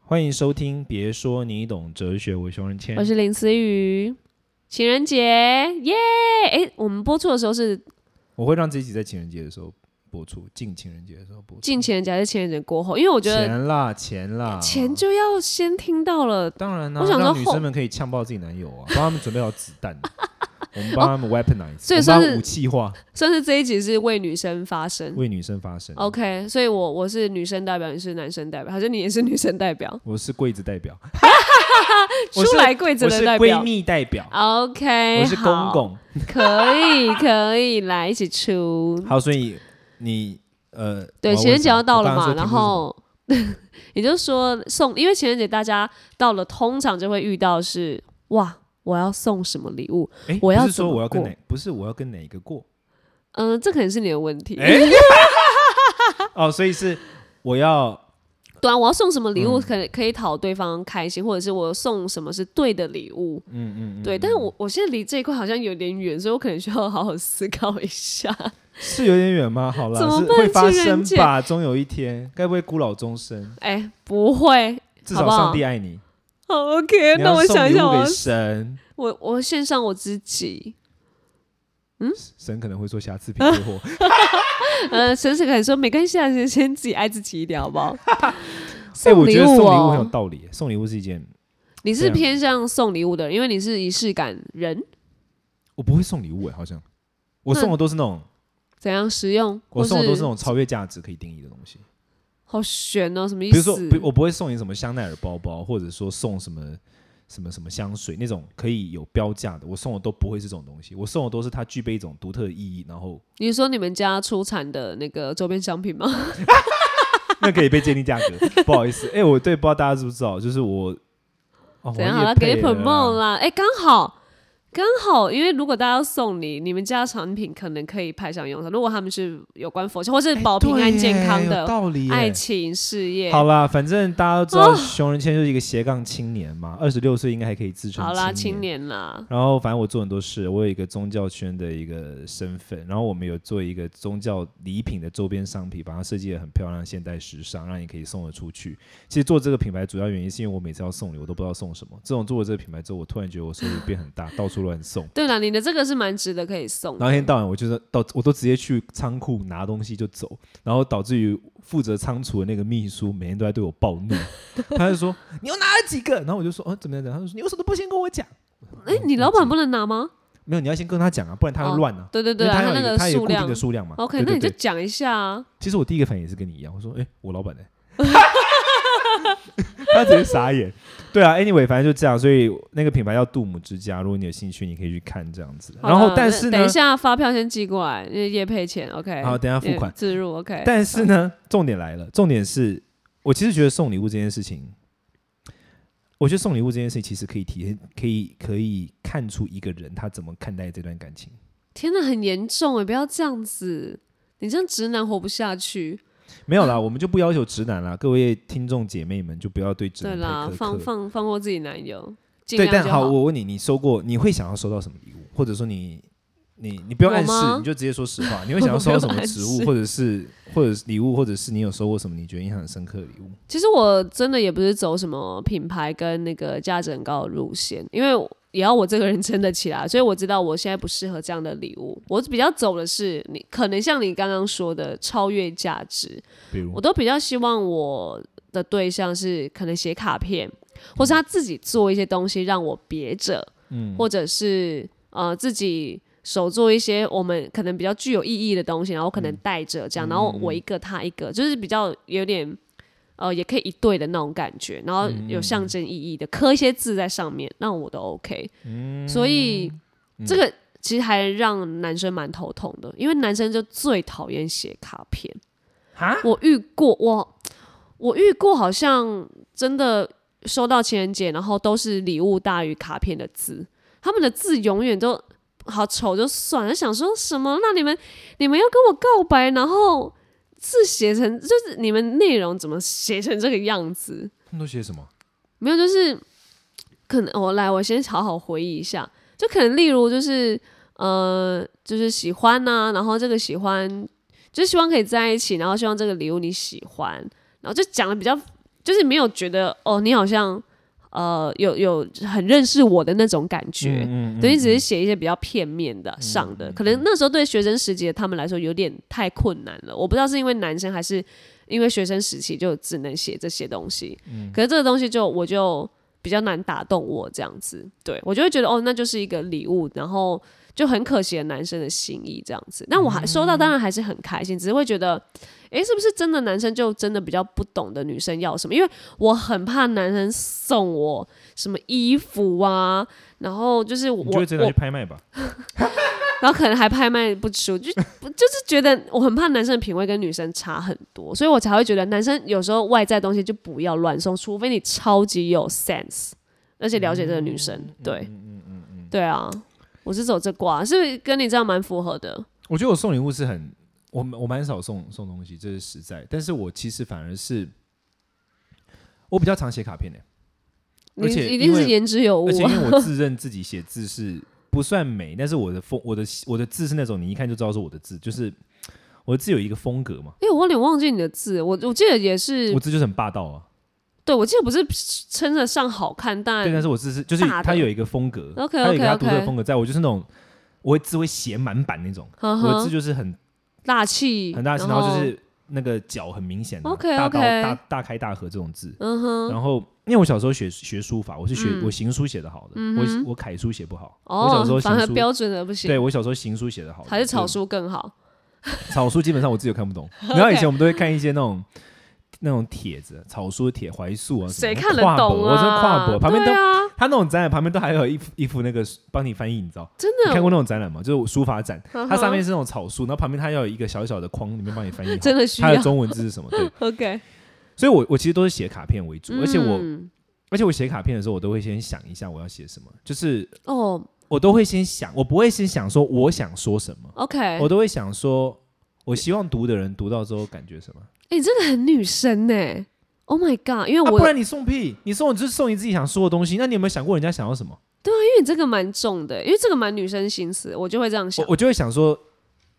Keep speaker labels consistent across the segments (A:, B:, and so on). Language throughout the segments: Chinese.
A: 欢迎收听，别说你懂哲学，我是熊仁谦
B: 我。是林思雨。情人节耶！哎，我们播出的时候是
A: 我会让这一集在情人节的时候播出，近情人节的时候播出。
B: 近情人节还是情人节过后？因为我觉得
A: 钱啦，钱啦，
B: 钱就要先听到了。
A: 当然啦、啊
B: 我想说
A: 让女
B: 后
A: 生们可以呛爆自己男友 啊，帮他们准备好子弹，我们帮他们 weaponize，、
B: 哦所以
A: 我们帮他
B: 算
A: 们
B: 是
A: 武器化，
B: 算是这一集是为女生发声。
A: 为女生发声。
B: OK，所以我我是女生代表，你是男生代表，还是你也是女生代表？
A: 我是柜子代表， 我是
B: 出来跪着
A: 我
B: 的
A: 是
B: 代
A: 闺
B: 表。哎
A: 蜜代表，
B: OK，
A: 我是公
B: 好，
A: 公。
B: 可以可以，来一起出。
A: 好，所以你呃，我
B: 对，
A: 要
B: 情人节
A: 问什么
B: 要到了
A: 我
B: 嘛，
A: 刚
B: 然
A: 刚说题目是什嗯么
B: 后 也就是说送，因为情人节大家到了，通常就会遇到是哇，我要送什么礼物？
A: 诶
B: 我要
A: 不是
B: 怎
A: 说
B: 么
A: 我要跟
B: 过
A: 哪，不是我要跟哪一个过，
B: 嗯、这可能是你的问题。
A: 哎哦，所以是我要
B: 对啊，我要送什么礼
A: 嗯
B: 物可，可以讨对方开心，或者是我送什么是对的礼物。
A: 嗯嗯嗯，
B: 对，但是我我现在离这一块好像有点远，所以我可能需要好好思考一下。
A: 是有点远吗？好啦，
B: 怎么
A: 是
B: 办
A: 会发
B: 情人
A: 生
B: 节
A: 吧，终有一天，该不会孤老终生？
B: 哎、不会。
A: 至
B: 好
A: 少
B: 不好
A: 上帝爱你，
B: 好 OK，
A: 你
B: 那
A: 要
B: 我
A: 送
B: 想一
A: 礼
B: 下
A: 物
B: 我要
A: 给，神，
B: 我我献上我自己。
A: 神可能会说瑕疵品挥 霍。
B: 呃，沈沈可能说没关系啊，先先自己爱自己一点好不好？
A: 哎，我
B: 礼
A: 觉得送
B: 物
A: 礼物很啊有
B: 哦，
A: 道理，送礼物是一件，
B: 你
A: 这
B: 是
A: 样
B: 偏向送礼物的人，因为你是仪式感人，
A: 我不会送礼物哎，好像我
B: 那
A: 送的都是那种，
B: 怎样实用？
A: 我
B: 或
A: 送的都是那种超越价值可以定义的东西，
B: 好悬哦，什么意
A: 比如
B: 思
A: 说，？比我不会送你什么香奈儿包包，或者说送什么。什么什么香水那种可以有标价的，我送的都不会是这种东西，我送的都是它具备一种独特的意义，然后
B: 你是说你们家出产的那个周边商品吗？
A: 那可以被鉴定价格。不好意思，哎、我对，不知道大家知不知道，就是我，哦，
B: 怎
A: 我
B: 样好
A: 业
B: 了，
A: 配
B: 给你 promote
A: 了啦
B: 啦。哎，刚好刚好，因为如果大家要送你，你们家的产品可能可以派上用场。如果他们是有关佛教或是保平
A: 哎对
B: 安
A: 耶
B: 健康
A: 有
B: 的
A: 道理耶
B: 爱情哦事业，
A: 好啦，反正大家都知道，熊仁谦就是一个斜杠青年嘛，二十六岁应该还可以自称
B: 好啦，
A: 青
B: 青。年啦，
A: 然后，反正我做很多事，我有一个宗教圈的一个身份，然后我们有做一个宗教礼品的周边商品，把它设计的很漂亮、现代时尚，让你可以送得出去。其实做这个品牌主要原因是因为我每次要送礼，我都不知道送什么。自从做了这个品牌之后，我突然觉得我收入变很大，到处乱送。
B: 对啦，你的这个是蛮值得可以送的。
A: 然后一天到晚，我就是到我都直接去仓库拿东西就走，然后导致于负责仓储的那个秘书每天都在对我暴 怒，他就说你又拿了几个，然后我就说哦怎么样怎么样，他就说你为什么都不先跟我讲？
B: 哎、
A: 嗯
B: 你老板不能拿吗？
A: 没有，你要先跟他讲啊，不然他会
B: 哦
A: 乱啊。
B: 对对
A: 因
B: 对
A: 为
B: 啊，
A: 他要
B: 那
A: 有
B: 个
A: 他有
B: 数
A: 固定
B: 量
A: 的。数量嘛。
B: OK，
A: 对
B: 那
A: 对
B: 你就
A: 对。
B: 讲一下啊。
A: 其实我第一个反应也是跟你一样，我说哎、我老板 呢、 他直接傻眼。对啊，anyway，反正就这样，所以那个品牌叫杜姆之家，如果你有兴趣，你可以去看这样子。
B: 好
A: 然后
B: 了，
A: 但是呢
B: 等一，下嗯发票先寄过来，因为业配钱 OK。
A: 好等一下付款
B: 也自入 OK。
A: 但是呢，重点来了，重点是我其实觉得送礼物这件事情，我觉得送礼物这件事情其实可以体现，可以可以看出一个人他怎么看待这段感情。
B: 天哪，很严重哎！不要这样子，你这样直男活不下去。
A: 没有啦，我们就不要求直男啦，各位听众姐妹们就不要对直
B: 对
A: 男
B: 啦，
A: 太苛
B: 放
A: 刻。
B: 放放过自己男友，尽
A: 对，
B: 量
A: 但
B: 就
A: 好，我问你，你收过你会想要收到什么礼物，或者说你？你你不用
B: 我
A: 暗
B: 吗
A: 示，你就直接说实 话。你会想要收到什
B: 我不
A: 么
B: 用
A: 植
B: 暗
A: 物，
B: 示
A: 或者是或者是礼物，或者是你有收过什么你觉得印象很深刻的礼物？
B: 其实我真的也不是走什么品牌跟那个价值很高的路线，因为也要我这个人撑得起来，所以我知道我现在不适合这样的礼物。我比较走的是你可能像你刚刚说的超越价值，
A: 比如
B: 我都比较希望我的对象是可能写卡片，或是他自己做一些东西让我别着，嗯，或者是呃自己。手做一些我们可能比较具有意义的东西，然后可能带着这样，然后我一个他一个，就是比较有点呃，也可以一对的那种感觉，然后有象征意义的，刻一些字在上面，那我都 OK。所以、这个其实还让男生蛮头痛的，因为男生就最讨厌写卡片。
A: 哈，
B: 我遇过，我我遇过，好像真的收到情人节，然后都是礼物大于卡片的字，他们的字永远都好丑就算了，想说什么？那你们你们要跟我告白，然后字写成就是你们内容怎么写成这个样子？
A: 他们都写什么？
B: 没有，就是可能我、来，我先好好回忆一下，就可能例如就是呃，就是喜欢呐、然后这个喜欢就是希望可以在一起，然后希望这个礼物你喜欢，然后就讲的比较就是没有觉得哦，你好像呃有有很认识我的那种感觉。
A: 嗯
B: 等于只是写一些比较片面的上的，可能那时候对学生时期的他们来说有点太困难了。我不知道是因为男生还是因为学生时期就只能写这些东西，
A: 嗯
B: 可是这个东西就我就比较难打动我这样子，对我就会觉得哦，那就是一个礼物，然后就很可惜了男生的心意这样子。但我
A: 嗯
B: 还收到，当然还是很开心，只是会觉得。诶，是不是真的男生就真的比较不懂得女生要什么？因为我很怕男生送我什么衣服啊，然后就是我
A: 你就会真的
B: 我
A: 去拍卖吧？
B: 然后可能还拍卖不出，就就是觉得我很怕男生的品味跟女生差很多，所以我才会觉得男生有时候外在东西就不要乱送，除非你超级有 sense，而且了解这个女生，
A: 嗯
B: 对，对啊，我是走这卦，是不是跟你这样蛮符合的？
A: 我觉得我送礼物是很，我我蛮少送送东西，这是实在。但是我其实反而是，我比较常写卡片的、
B: 你
A: 而且
B: 一定
A: 因为
B: 是言之有物
A: 而且因
B: 啊，
A: 为我自认自己写字是不算美，但是我的风，我的我的字是那种你一看就知道是我的字，就是我的字有一个风格嘛，
B: 因为我有点忘记你的字，我我记得也是
A: 我，字就是很霸道啊。
B: 对我记得不是称得上好看，但
A: 对，但是我字是就是
B: 大的
A: 它有一个风格，它
B: OK，OK，
A: 有一个它独特的
B: 嗯 OK
A: 风格，在我就是那种我字会写满版那种，
B: 呵
A: 我的字
B: 呵
A: 就是很
B: 大气，
A: 很大声，然后就是那个脚很明显、啊、
B: OK，
A: 大刀
B: OK
A: 大大开大合这种字。
B: 嗯哼，
A: 然后，因为我小时候学学书法，我是学、
B: 嗯
A: 我行书写的好的，
B: 嗯哼
A: 我我楷书写不好。我小时
B: 哦
A: 候，
B: 反而
A: 行书，
B: 标准的不行，
A: 对我小时候行书写的好的，
B: 还是
A: 就
B: 草书更好。
A: 草书基本上我自己都看 不懂。然后以前我们都会看一些那种那种帖子，草书帖、槐树啊什么，
B: 谁看得
A: 跨博
B: 懂啊？
A: 我真的跨博，旁边都、
B: 对啊，
A: 他那种展览旁边都还有一幅一幅那个帮你翻译，你知道？
B: 真
A: 你
B: 的
A: 看过那种展览吗？就是书法展，
B: 啊嗯哼
A: 它上面是那种草书，然后旁边它要有一个小小的框，里面帮你翻译好。
B: 真的啊需
A: 它
B: 要
A: 的。中文字是什么？对，
B: OK，
A: 所以我我其实都是写卡片为主，而且我
B: 嗯
A: 而且我写卡片的时候，我都会先想一下我要写什么，就是
B: 哦
A: 我都会先想，我不会先想说我想说什么，
B: ，OK，哎
A: 我，都会想说我希望读的人读到之后感觉什么。
B: 你真的很女生呢。Oh my god，因为
A: 啊、
B: 我
A: 不然你送屁，你送你就是送你自己想说的东西，那你有没有想过人家想要什么？
B: 因为你这个蛮重的，因为这个蛮女生心思，我就会这样想
A: 我。我就会想说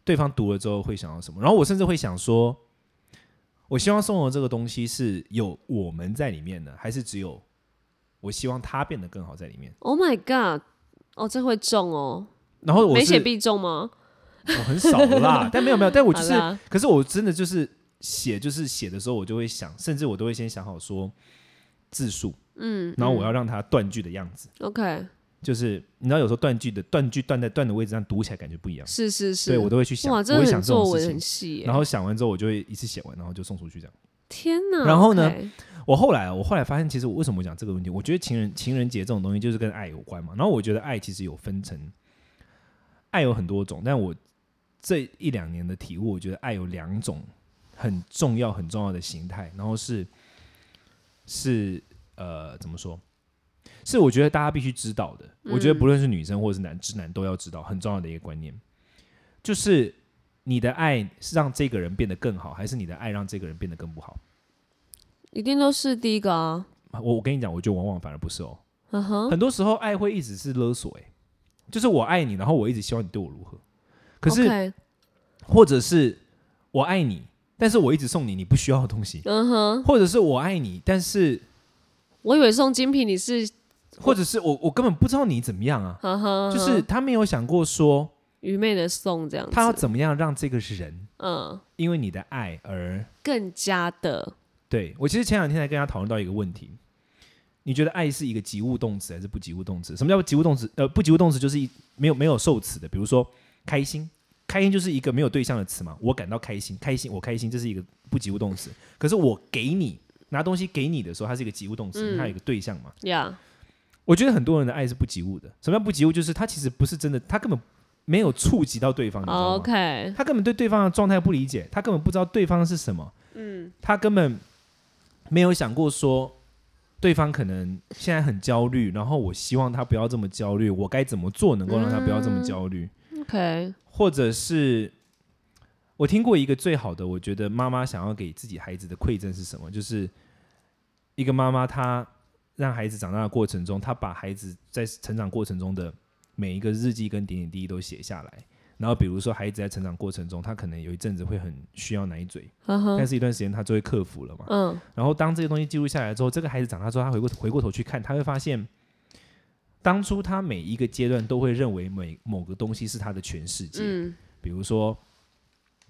A: 对方读了之后会想要什么，然后我甚至会想说，我希望送的这个东西是有我们在里面的，还是只有我希望他变得更好在里面？
B: Oh my god，哦，这会中哦，
A: 然后我
B: 没
A: 是
B: 写必中吗？
A: 我很少 啦，但没有没有，但我就
B: 好
A: 是，
B: 啦，
A: 可是我真的就是写，就是写的时候，我就会想，甚至我都会先想好说字数，
B: 嗯，
A: 然后我
B: 要
A: 要让它断句的样子，
B: OK，
A: 就是你知道有时候断句的断句断在断的位置上读起来感觉不一样，
B: 是是是，
A: 对我都会去想，
B: 哇，
A: 我
B: 真
A: 会
B: 的
A: 想
B: 很
A: 这
B: 作
A: 种
B: 文
A: 事
B: 很
A: 情，
B: 细耶
A: 然。后想完之后我就会一次写完，然后就送出去这样。
B: 天哪！
A: 然后呢
B: OK，
A: 我后来我后来发现，其实我为什么我讲这个问题？我觉得情人情人节这种东西就是跟爱有关嘛。然后我觉得爱其实有分成，爱有很多种，但我这一两年的体悟，我觉得爱有两种很重要很重要的形态，然后是是呃怎么说？是我觉得大家必须知道的。我觉得不论是女生或者是男直男都要知道很重要的一个观念，就是你的爱是让这个人变得更好，还是你的爱让这个人变得更不好？
B: 一定都是第一个啊。
A: 我我跟你讲，我觉得往往反而不是哦。
B: 嗯哼，
A: 很多时候爱会一直是勒索、欸，就是我爱你，然后我一直希望你对我如何，可是
B: OK，
A: 或者是我爱你，但是我一直送你你不需要的东西，
B: 嗯哼，
A: 或者是我爱你，但是
B: 我以为送精品你是
A: 或者是我我根本不知道你怎么样啊，
B: 呵呵，
A: 就是他没有想过说
B: 愚昧的送这样子，
A: 他要怎么样让这个人
B: 嗯
A: 因为你的爱而
B: 更加的
A: 对我其实前两天才跟他讨论到一个问题，你觉得爱是一个及物动词还是不及物动词？什么叫不及物动词？呃，不及物动词就是一没有没有受词的，比如说开心，开心就是一个没有对象的词嘛。我感到开心，开心，我开心，这是一个不及物动词。可是我给你拿东西给你的时候，它是一个及物动词，因为它有一个对象嘛。
B: 呀
A: 我觉得很多人的爱是不及物的。什么叫不及物？就是他其实不是真的，他根本没有触及到对哦方，你知
B: 哦
A: 道吗？
B: ，OK，
A: 他根本对对方的状态不理解，他根本不知道对方是什么，嗯，他根本没有想过说对方可能现在很焦虑，然后我希望他不要这么焦虑，我该怎么做能够让他不要这么焦虑，
B: OK，
A: 或者是我听过一个最好的，我觉得妈妈想要给自己孩子的馈赠是什么？就是一个妈妈她让孩子长大的过程中，她把孩子在成长过程中的每一个日记跟点点滴滴都写下来，然后比如说孩子在成长过程中，他可能有一阵子会很需要奶嘴，
B: 嗯
A: 但
B: 哼，
A: 是一段时间他就会克服了嘛。
B: 嗯，
A: 然后当这些东西记录下来之后，这个孩子长大之后，他回过回过头去看，他会发现，当初他每一个阶段都会认为每某个东西是他的全世界。
B: 嗯，
A: 比如说，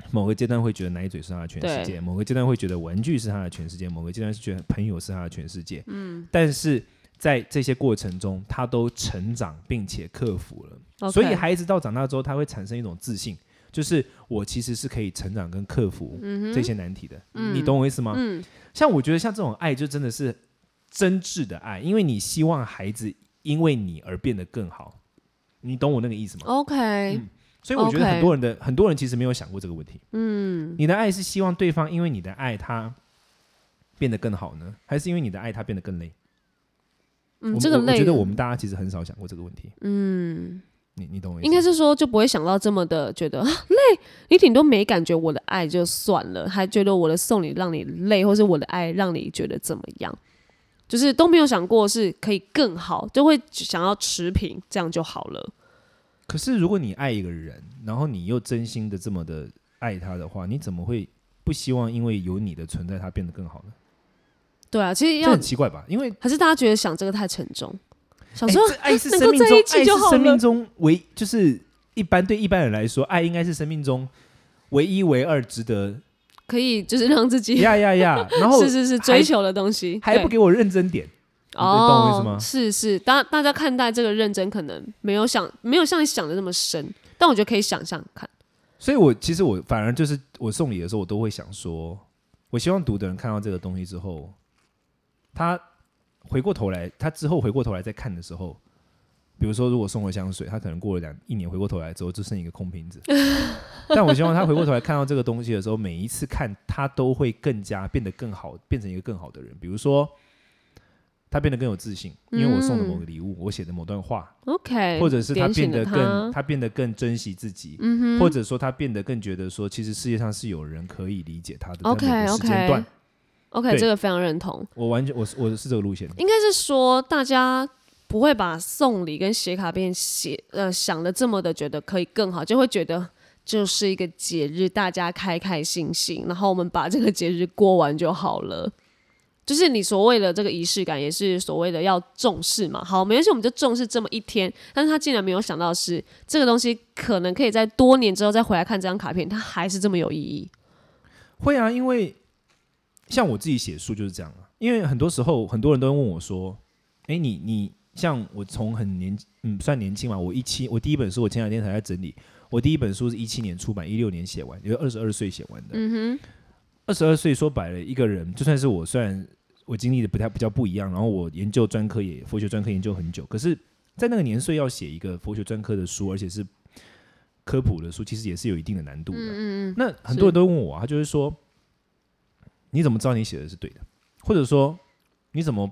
A: 某个阶段会觉得奶嘴是他的全世界，
B: 对
A: 某个阶段会觉得玩具是他的全世界，某个阶段是觉得朋友是他的全世界。嗯，但是在这些过程中，他都成长并且克服了。所以
B: OK
A: 孩子到长大之后，他会产生一种自信，就是我其实是可以成长跟克服
B: 嗯
A: 这些难题的。你懂我意思吗？像我觉得像这种爱，就真的是真挚的爱，因为你希望孩子因为你而变得更好。你懂我那个意思吗？嗯
B: OK，
A: 所以我觉得
B: 哦 OK
A: 很多人的很多人其实没有想过这个问题。嗯，你的爱是希望对方因为你的爱他变得更好呢，还是因为你的爱他变得更累？我
B: 嗯，
A: 们
B: 这个
A: 我我
B: 类
A: 觉得我们大家其实很少想过这个问题。嗯，你你懂我意思吗？
B: 应该是说就不会想到这么的觉得啊累，你顶多没感觉我的爱就算了，还觉得我的送你让你累，或是我的爱让你觉得怎么样，就是都没有想过是可以更好，就会想要持平，这样就好了。
A: 可是如果你爱一个人，然后你又真心的这么的爱他的话，你怎么会不希望因为有你的存在他变得更好呢？
B: 对啊，其实
A: 这
B: 要
A: 很奇怪吧？因为
B: 还是大家觉得想这个太沉重，想说、
A: 哎这爱 是
B: 能
A: 生
B: 够
A: 命
B: 在
A: 中
B: 一，起
A: 爱
B: 就是好
A: 生命
B: 了
A: 中唯就是一般对一般人来说，爱应该是生命中唯一唯二值得
B: 可以就是让自己
A: 呀呀呀，然后
B: 是是是追求的东西，
A: 还不
B: 对
A: 给我认真点，你懂我意思吗
B: 哦、是是，大大家看待这个认真，可能没有想没有像你想的那么深，但我觉得可以想象看。
A: 所以我其实我反而就是我送礼的时候，我都会想说，我希望读的人看到这个东西之后，他回过头来，他之后回过头来再看的时候，比如说如果送了香水，他可能过了两一年回过头来之后就剩一个空瓶子，但我希望他回过头来看到这个东西的时候，每一次看他都会更加变得更好，变成一个更好的人。比如说，他变得更有自信，因为我送的某个礼物，我写的某段话，
B: OK，
A: 或者是他
B: 点
A: 变
B: 醒
A: 得
B: 了
A: 更
B: 他嗯
A: 他变得更珍惜自己，或者说他变得更觉得说，其实世界上是有人可以理解他的。在某
B: OK，
A: 个时间段
B: OK OK，
A: 对
B: 这个非常认同。
A: 我完全我是我是这个路线的。
B: 应该是说大家不会把送礼跟写卡片写呃想的这么的觉得可以更好，就会觉得。就是一个节日，大家开开心心，然后我们把这个节日过完就好了。就是你所谓的这个仪式感，也是所谓的要重视嘛。好，没关系，我们就重视这么一天。但是他竟然没有想到的是，这个东西可能可以在多年之后再回来看这张卡片，它还是这么有意义。
A: 会啊，因为像我自己写书就是这样啊，因为很多时候很多人都问我说，哎，你你像我从很年嗯算年轻嘛，我一七我第一本书我前两天才在整理，我第一本书是一七年出版，一六年写完，也就二十二岁写完的。
B: 嗯哼，
A: 二十二岁说白了，一个人就算是我，虽然我经历的不太比较不一样，然后我研究专科也佛学专科研究很久，可是，在那个年岁要写一个佛学专科的书，而且是科普的书，其实也是有一定的难度的。
B: 嗯嗯
A: 那很多人都问我、啊，他就是说，你怎么知道你写的是对的？或者说，你怎么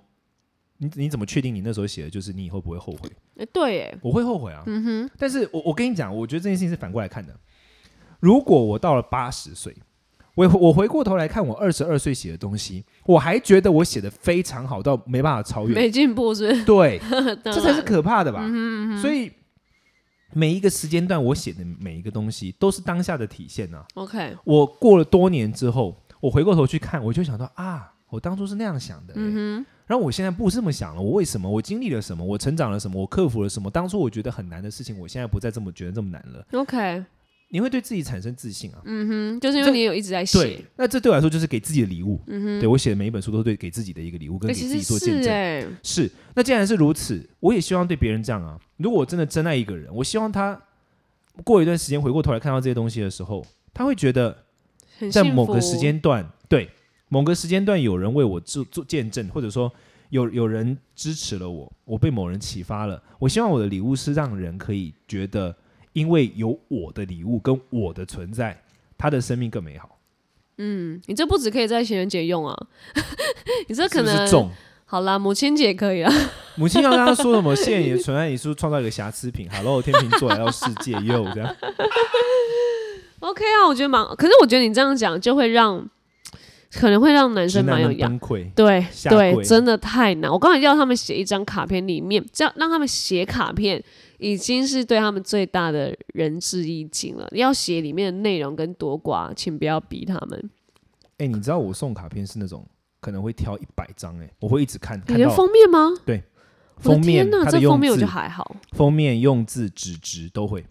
A: 你你怎么确定你那时候写的就是你以后不会后悔？
B: 嗯，对耶，
A: 我会后悔啊，
B: 嗯哼，
A: 但是我我跟你讲，我觉得这件事情是反过来看的。如果我到了八十岁，我我回过头来看我二十二岁写的东西，我还觉得我写的非常好到没嗯办法超越，
B: 没进步是不 是？
A: 对，
B: 这
A: 这才是可怕的吧。所以每一个时间段我写的每一个东西都是当下的体现啊。
B: OK，
A: 我过了多年之后，我回过头去看，我就想到啊，我当初是那样想的、欸
B: 嗯
A: 然后我现在不这么想了，我为什么？我经历了什么？我成长了什么？我克服了什么？当初我觉得很难的事情，我现在不再这么觉得这么难了。
B: 哼，OK，
A: 你会对自己产生自信啊。
B: 嗯哼，就是因
A: 这
B: 为你有一直在
A: 对
B: 写，，
A: 那这对我来说就是给自己的礼物。
B: 嗯哼，
A: 对我写的每一本书都是对给自己的一个礼物，跟
B: 哎
A: 给
B: 其
A: 自
B: 实
A: 己做
B: 是
A: 见证。
B: 哎，
A: 是，那既然是如此，我也希望对别人这样啊。如果我真的真爱一个人，我希望他过一段时间回过头来看到这些东西的时候，他会觉得
B: 很
A: 在
B: 幸
A: 某个
B: 福
A: 时，间段，对某个时间段，有人为我做做见证，或者说有有人支持了我，我被某人启发了。我希望我的礼物是让人可以觉得，因为有我的礼物跟我的存在，他的生命更美好。
B: 嗯，你这不止可以在情人节用啊， 你这可
A: 是不
B: 能
A: 是重？
B: 好啦，母亲节可以啊，
A: 母亲要跟他说什么？现也存在你是不是创造一个瑕疵品？Hello，天秤座来到世界又这 样。
B: OK 啊，我觉得蛮，可是我觉得你这样讲就会让可能会让男
A: 直
B: 生
A: 男
B: 蛮有
A: 们
B: 压
A: 崩溃。
B: 对
A: 下
B: 对，
A: 跪
B: 真的太难。我刚才要他们写一张卡片，里面这样让他们写卡片，已经是对他们最大的仁至义尽了。要写里面的内容跟多寡，请不要逼他们。
A: 哎、你知道我送卡片是那种可能会挑一百张，哎，我会一直看，
B: 你
A: 看
B: 的
A: 到
B: 封面吗？我的
A: 封
B: 天
A: 面，
B: 呐，
A: 它的
B: 这封
A: 用
B: 面我
A: 字
B: 就、还好。
A: 封面用字、纸质都会。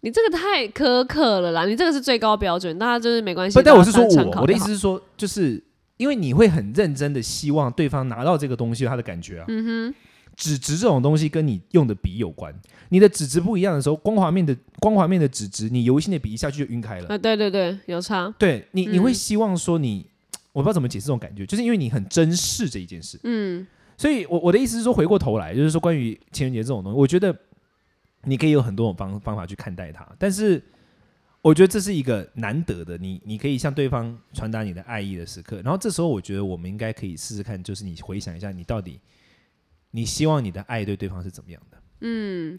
B: 你这个太苛刻了啦！你这个是最高标准，大家就是没关系。
A: 不，但
B: 大
A: 我
B: 家
A: 是说
B: 参参
A: 我，
B: 考
A: 我的
B: 就
A: 意
B: 好
A: 思，是说，就是因为你会很认真的希望对方拿到这个东西，他的感觉啊，嗯哼，纸质这种东西跟你用的笔有关，你的纸质不一样的时候，光滑面的光滑面的纸质，你油性的笔一下去就晕开了，
B: 啊，对对对，有差。
A: 对你你会
B: 嗯
A: 希望说你，我不知道怎么解释这种感觉，就是因为你很珍视这一件事，
B: 嗯，
A: 所以我我的意思是说，回过头来，就是说关于情人节这种东西，我觉得你可以有很多种方方法去看待它，但是我觉得这是一个难得的，你你可以向对方传达你的爱意的时刻。然后这时候，我觉得我们应该可以试试看，就是你回想一下，你到底你希望你的爱对对方是怎么样的。嗯，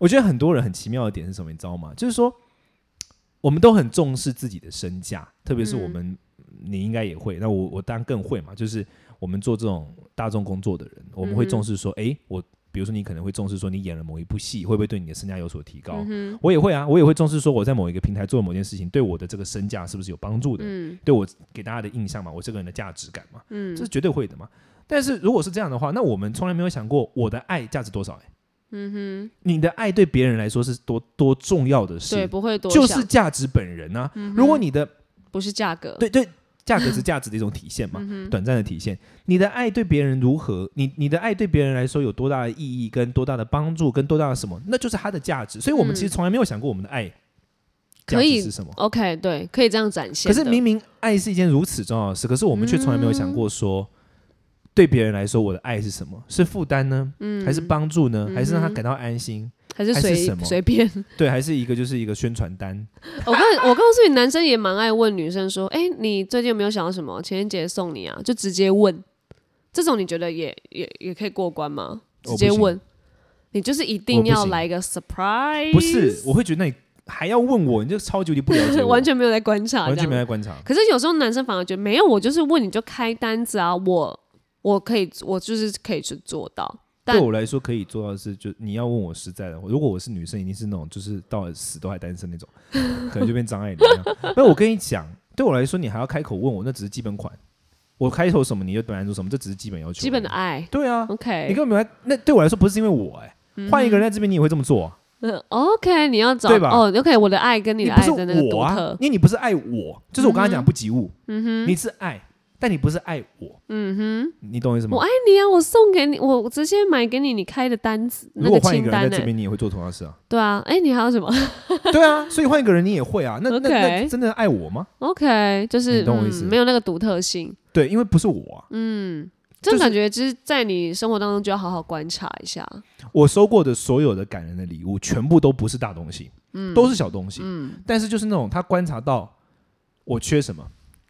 A: 我觉得很多人很奇妙的点是什么，你知道吗？就是说。我们都很重视自己的身价，特别是
B: 嗯
A: 我们，你应该也会。那我我当然更会嘛，就是我们做这种大众工作的人，我们会
B: 嗯哼
A: 重视说，诶，我比如说你可能会重视说你演了某一部戏，会不会对你的身价有所提高？
B: 嗯
A: 我也会啊，我也会重视说我在某一个平台做某件事情，对我的这个身价是不是有帮助
B: 哼
A: 的？
B: 嗯
A: 对我给大家的印象嘛，我这个人的价值感嘛，这
B: 嗯
A: 是绝对会的嘛。但是如果是这样的话，那我们从来没有想过我的爱价值多少、诶，
B: 嗯
A: 你的爱对别人来说是多多重要的
B: 哼，对，
A: 事，
B: 不会多
A: 就
B: 想嗯呃
A: 是价值本人啊。如果你的
B: 不是价格，
A: 对对，价格是价值的一种体现嘛，
B: 嗯
A: 短暂的体现。你的爱对别人如何，你你的爱对别人来说有多大的意义，跟多大的帮助，跟多大的什么，那就是它的价值。所以我们其实从来没有想过我们的爱价
B: 嗯可以
A: 值是什么。
B: OK，对，可以这样展现
A: 可
B: 的。
A: 是明明爱是一件如此重要的事，可是我们却从来没有想过说，
B: 嗯
A: 对别人来说我的爱是什么？是负担呢，
B: 嗯
A: 还是帮助呢？还是让他感到安心？
B: 还是
A: 还是
B: 随
A: 什么
B: 随便。
A: 对，还是一个就是一个宣传单？
B: 我告我告诉你，男生也蛮爱问女生说：“哎、你最近有没有想到什么？情人节送你啊？”就直接问，这种你觉得也也也可以过关吗？
A: 我
B: 直
A: 不
B: 接
A: 行
B: 问，你就是一
A: 我
B: 定
A: 不
B: 要
A: 行
B: 来一个 surprise，
A: 不是，我会觉得那你还要问我，你就超级无敌不了解我，
B: 完全没有在观察，
A: 完
B: 这
A: 全
B: 样
A: 没在观察。
B: 可是有时候男生反而觉得没有，我就是问你就开单子啊，我我可以，我就是可以去做到。 但
A: 对我来说，可以做到的是，就你要问我实在的，如果我是女生，一定是那种就是到死都还单身那种， 可能就变张爱玲一 样。那我跟你讲，对我来说，你还要开口问我，那只是基本款。我开头什么，你就本来说什么，这只是基本要求。
B: 基本的。爱
A: 对啊，你
B: ，OK，
A: 根本没有在那对我来说不是因为我哎、换一个人在这边你也会这么做啊、
B: 嗯，OK，你要找
A: 对吧
B: 哦，OK，我的爱跟你的
A: 不
B: 爱
A: 是
B: 真的是独
A: 我啊
B: 特，，嗯
A: 因为你不是爱我，就是我刚才讲不及物，你是爱，但你不是爱我，嗯哼，你懂我意思吗
B: 我？爱你啊，我送给你，我我直接买给你你开的单子那
A: 如果
B: 个
A: 换一
B: 清
A: 个人
B: 单
A: 在
B: 呢、
A: 这边，你也会做同样的事啊，
B: 对啊，哎、你还有什么
A: 对啊，所以换一个人你也会啊，那那那
B: OK
A: 真的爱我吗？
B: ？OK，就是
A: 你懂我意
B: 嗯
A: 思
B: 没有那个独特性，
A: 对，因为不是我、
B: 嗯
A: 啊，
B: 这
A: 就是
B: 种感觉就是在你生活当中就要好好观察一下。
A: 我收过的所有的感人的礼物，全部都不是大东西，
B: 嗯
A: 都是小东西，但是就是那种他观察到我缺什么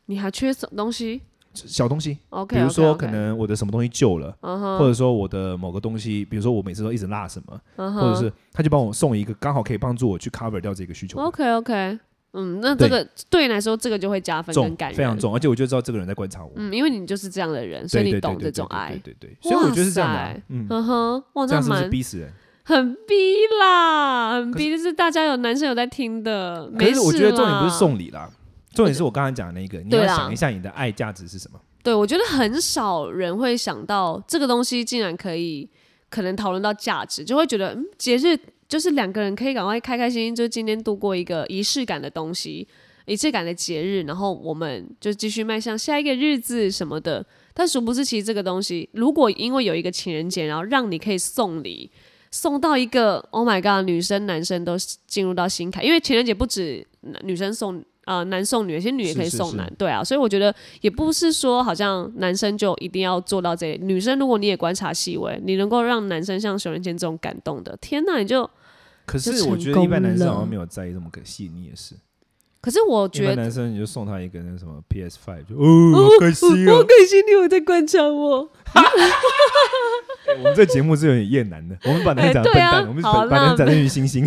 B: 你还缺什么东西
A: 小东西，
B: ？OK，
A: 比如说可能我的什么东西旧了。
B: 嗯
A: 或
B: 哼，
A: 者说我的某个东西，比如说我每次都一直落什么，
B: 嗯哼
A: 或者是他就帮我送一个刚好可以帮助我去 cover 掉这个需求的
B: OK OK，嗯，那这
A: 对
B: 个对你来说，这个就会加分
A: 重
B: 跟感人，
A: 非常。重，而且我就知道这个人在观察我，
B: 嗯，因为你就是这样的人，所
A: 对
B: 以
A: 对对
B: 你懂
A: 对
B: 这
A: 对
B: 种
A: 对
B: 爱
A: 对。对对，所以我觉得是这样的
B: 哇
A: 啊
B: 塞，
A: 嗯，
B: 嗯哼，哇，
A: 这
B: 那
A: 样是不
B: 蛮
A: 是逼死人？
B: 很逼啦，很逼，就是大家有男生有在听的，
A: 可
B: 没
A: 是我觉得重点不是
B: 啦。
A: 送礼啦，重点是我刚才讲的那个，你
B: 对
A: 要
B: 啦
A: 想一下你的爱价值是什么。
B: 对，我觉得很少人会想到这个东西竟然可以，可能讨论到价值，就会觉得嗯，节日就是两个人可以赶快开开心心，就今天度过一个仪式感的东西，仪式感的节日，然后我们就继续迈向下一个日子什么的。但殊不知，其实这个东西，如果因为有一个情人节，然后让你可以送礼。送到一个，Oh my god！女生、男生都进入到心坎，因为情人节不止女生送，啊，男送女，其实女也可以
A: 是是
B: 送
A: 是
B: 男，对啊，所以我觉得也不是说好像男生就一定要做到这里，女生如果你也观察细微，你能够让男生像熊仁谦这种感动的，天呐，你就
A: 可
B: 就是
A: 我
B: 成
A: 觉得一般
B: 功
A: 男生好
B: 了
A: 像没有在意这么个细腻的事，
B: 可是我
A: 一
B: 觉
A: 般
B: 得
A: 男生你就送他一个那个什么 PS Five，就 哦，好可惜
B: 我我
A: 哦。
B: 可惜你有在观察我，
A: 哎我们这节目是有点厌男的，我们把男
B: 哎
A: 人讲成
B: 对
A: 笨
B: 啊
A: 蛋，我们
B: 好
A: 把把男
B: 浪
A: 人讲成鱼星星。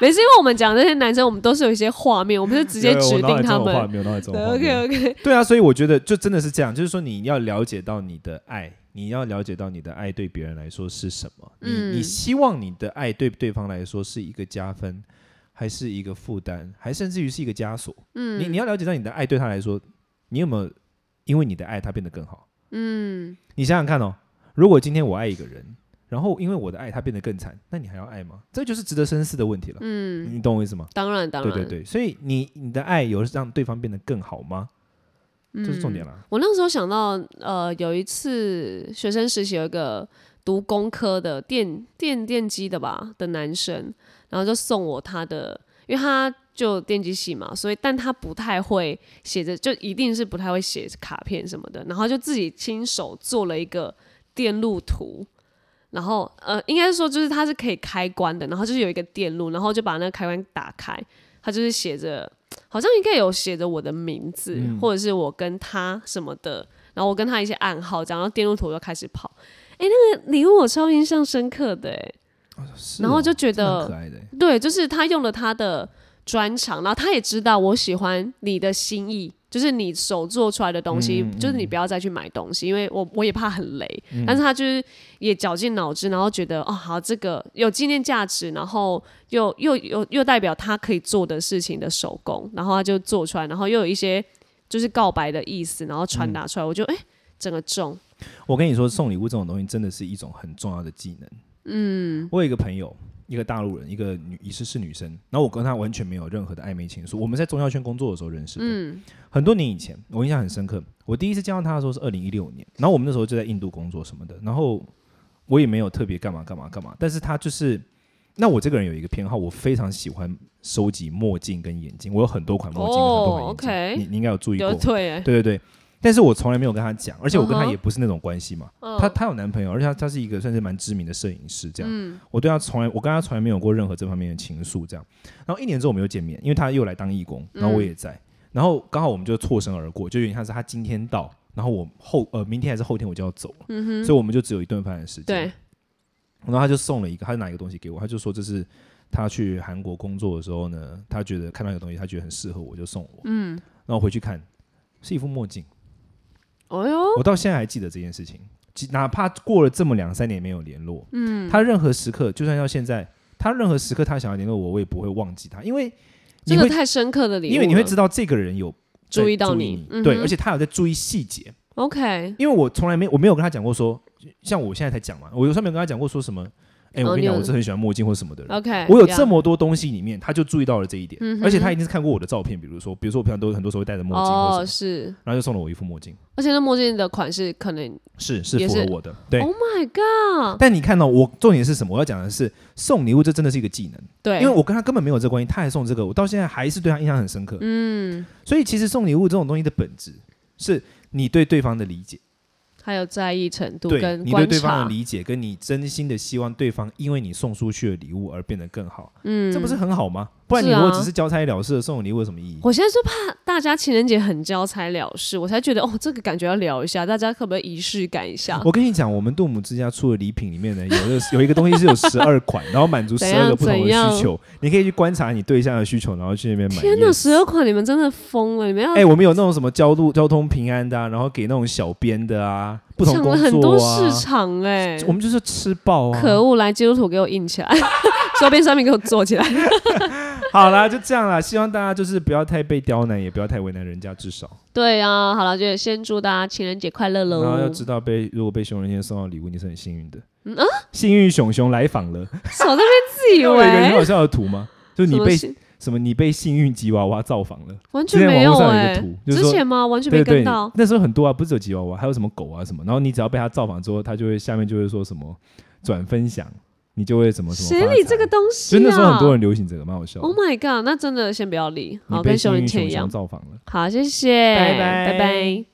B: 没事，因为我们讲这些男生，我们都是有一些画面，我们就直接
A: 有有
B: 指
A: 我脑海
B: 定他
A: 中有画
B: 们。
A: 面，我脑海中
B: 对
A: 有画面
B: ，OK OK，
A: 对啊，所以我觉得就真的是这样，就是说你要了解到你的爱，你要了解到你的爱对别人来说是什么，你、你
B: 嗯
A: 希望你的爱对对方来说是一个加分，还是一个负担，还甚至于是一个枷锁？
B: 嗯，
A: 你你要了解到你的爱对他来说，你有没有因为你的爱他变得更好？
B: 嗯，
A: 你想想看哦，如果今天我爱一个人，然后因为我的爱他变得更惨，那你还要爱吗？这就是值得深思的问题了。
B: 嗯，
A: 你懂我意思吗？
B: 当然当
A: 对
B: 然，
A: 对对，所以你你的爱有让对方变得更好吗？这是重点啦。
B: 我那时候想到，呃，有一次学生实习有一个读工科的电电电机的吧的男生，然后就送我他的，因为他就电机系嘛，所以但他不太会写着，就一定是不太会写卡片什么的，然后就自己亲手做了一个电路图。然后，呃，应该说就是它是可以开关的，然后就是有一个电路，然后就把那个开关打开，它就是写着好像应该有写着我的名字，
A: 嗯
B: 或者是我跟他什么的，然后我跟他一些暗号，这样然后电路图就开始跑。哎、那个礼物我超印象深刻的、诶
A: 是
B: 嗯然后
A: 哦
B: 就觉
A: 这蛮
B: 得
A: 可爱的欸，
B: 对，就是他用了他的专长，然后他也知道我喜欢你的心意，就是你手做出来的东西，
A: 嗯嗯嗯
B: 就是你不要再去买东西，因为我我也怕很雷，但是他就是也绞尽脑汁，然后觉得哦好，这个有纪念价值，然后又又又又代表他可以做的事情的手工，然后他就做出来，然后又有一些就是告白的意思，然后
A: 嗯
B: 传达出来，我就哎、整个中，
A: 我跟你说，送礼物这种东西真的是一种很重要的技能。嗯，我有一个朋友，一个大陆人，一个女，也是是女生。然后我跟她完全没有任何的暧昧情愫。我们在中药圈工作的时候认识的，
B: 嗯
A: 很多年以前，我印象很深刻。我第一次见到她的时候是二零一六年，然后我们那时候就在印度工作什么的，然后我也没有特别干嘛干嘛干嘛，但是她就是。那我这个人有一个偏好，我非常喜欢收集墨镜跟眼镜，我有很多款墨镜，很
B: 哦
A: 多款眼
B: OK
A: 镜。你你应该有注意过
B: 有，腿、哎，
A: 对对对，但是我从来没有跟她讲，而且我跟她
B: 嗯哼
A: 也不是那种关系嘛。
B: 嗯
A: 她她有男朋友，而且她她是一个算是蛮知名的摄影师，这样。
B: 嗯
A: 我对她从来我跟她从来没有过任何这方面的情愫，这样。然后一年之后我们又见面，因为她又来当义工，
B: 嗯
A: 然后我也在，然后刚好我们就错身而过，就有点像是她今天到，然后我后呃明天还是后天我就要走了，所以我们就只有一顿饭的时间。
B: 嗯对，
A: 然后他就送了一个，他就拿一个东西给我，他就说这是他去韩国工作的时候呢，他觉得看到一个东西，他觉得很适合我，就送我。嗯，然后回去看，是一副墨镜，
B: 哦哟，
A: 我到现在还记得这件事情，即哪怕过了这么两三年没有联络，嗯，他任何时刻，就算到现在，他任何时刻他想要联络我，我也不会忘记他，因为你
B: 这个
A: 会，
B: 太深刻的礼物了，
A: 因为你会知道这个人有在
B: 注意到
A: 你
B: 你，嗯
A: 对，
B: 哼
A: 而且他有在注意细节，
B: OK，
A: 因为我从来没我没有跟他讲过说，像我现在才讲嘛，我有时候没有跟他讲过说什么，哎、
B: 哦
A: 我跟
B: 你
A: 你讲，
B: 有
A: 我是很喜欢墨镜或什么的人。
B: OK，
A: 我有
B: 呀
A: 这么多东西里面，他就注意到了这一点，
B: 嗯哼
A: 而且他一定是看过我的照片，比如说，比如说我平常都很多时候会戴着墨镜或什么
B: 哦，是，
A: 然后就送了我一副墨镜，
B: 而且那墨镜的款式可能
A: 是是
B: 也
A: 符合
B: 是
A: 我的，对。
B: ，Oh my God，
A: 但你看到、我重点是什么？我要讲的是送礼物，这真的是一个技能，
B: 对，
A: 因为我跟他根本没有这关系，他还送这个，我到现在还是对他印象很深刻。
B: 嗯，
A: 所以其实送礼物这种东西的本质是你对对方的理解。
B: 还有在意程度
A: 对
B: 跟
A: 你对
B: 观
A: 对方
B: 察
A: 的，理解，跟你真心的希望对方因为你送出去的礼物而变得更好，
B: 嗯，
A: 这不是很好吗？不然
B: 是
A: 你如果
B: 啊
A: 只是交差了事的送我礼物有什么意义？
B: 我现在就怕大家情人节很交差了事，我才觉得哦，这个感觉要聊一下，大家可不可以仪式感一下？
A: 我跟你讲，我们杜姆之家出的礼品里面呢，有的有一个东西是有十二款，然后满足十
B: 怎
A: 二个
B: 样
A: 不同
B: 怎
A: 的
B: 样
A: 需求，你可以去观察你对象的需求，然后去那边买。
B: 天哪，啊十二款你们真的疯了，你们要
A: 哎、我们有那种什么交路交通平安的、啊，然后给那种小编的啊，不同
B: 抢
A: 工
B: 了很
A: 作
B: 多
A: 啊，
B: 市场哎，
A: 我们就是吃爆啊！
B: 可恶，来基督徒给我印起来， 周边商品给我做起来，
A: 好啦，就这样啦，希望大家就是不要太被刁难，也不要太为难人家，至少。
B: 对啊，好了，就先祝大家情人节快乐喽，
A: 然后要知道被如果被熊仁先送到礼物，你是很幸运的。
B: 嗯啊
A: 幸运熊熊来访了，
B: 少在那边自 以
A: 有一个很好
B: 为。
A: 笑的图吗？就是你
B: 欸什么
A: 被
B: 是
A: 什么你被幸运吉娃娃造访了，
B: 完
A: 之
B: 全
A: 前
B: 没有
A: 网络上有一个
B: 哎、
A: 图就是
B: 之
A: 说
B: 前吗？完全没
A: 对对
B: 跟
A: 对
B: 到，。
A: 那时候很多啊，不是有吉娃娃，还有什么狗啊什么。然后你只要被他造访之后，他就会下面就会说什么转分享，你就会什么什么。
B: 谁理这个？东
A: 所
B: 西、啊？
A: 以那时候很多人流行这个，蛮好笑的
B: Oh。my god！那真的先不要理，
A: 你
B: 好
A: 被
B: 跟
A: 幸
B: 熊
A: 运
B: 仁谦
A: 熊
B: 一样
A: 熊。造访了。
B: 好，谢谢，
A: 拜拜
B: 拜拜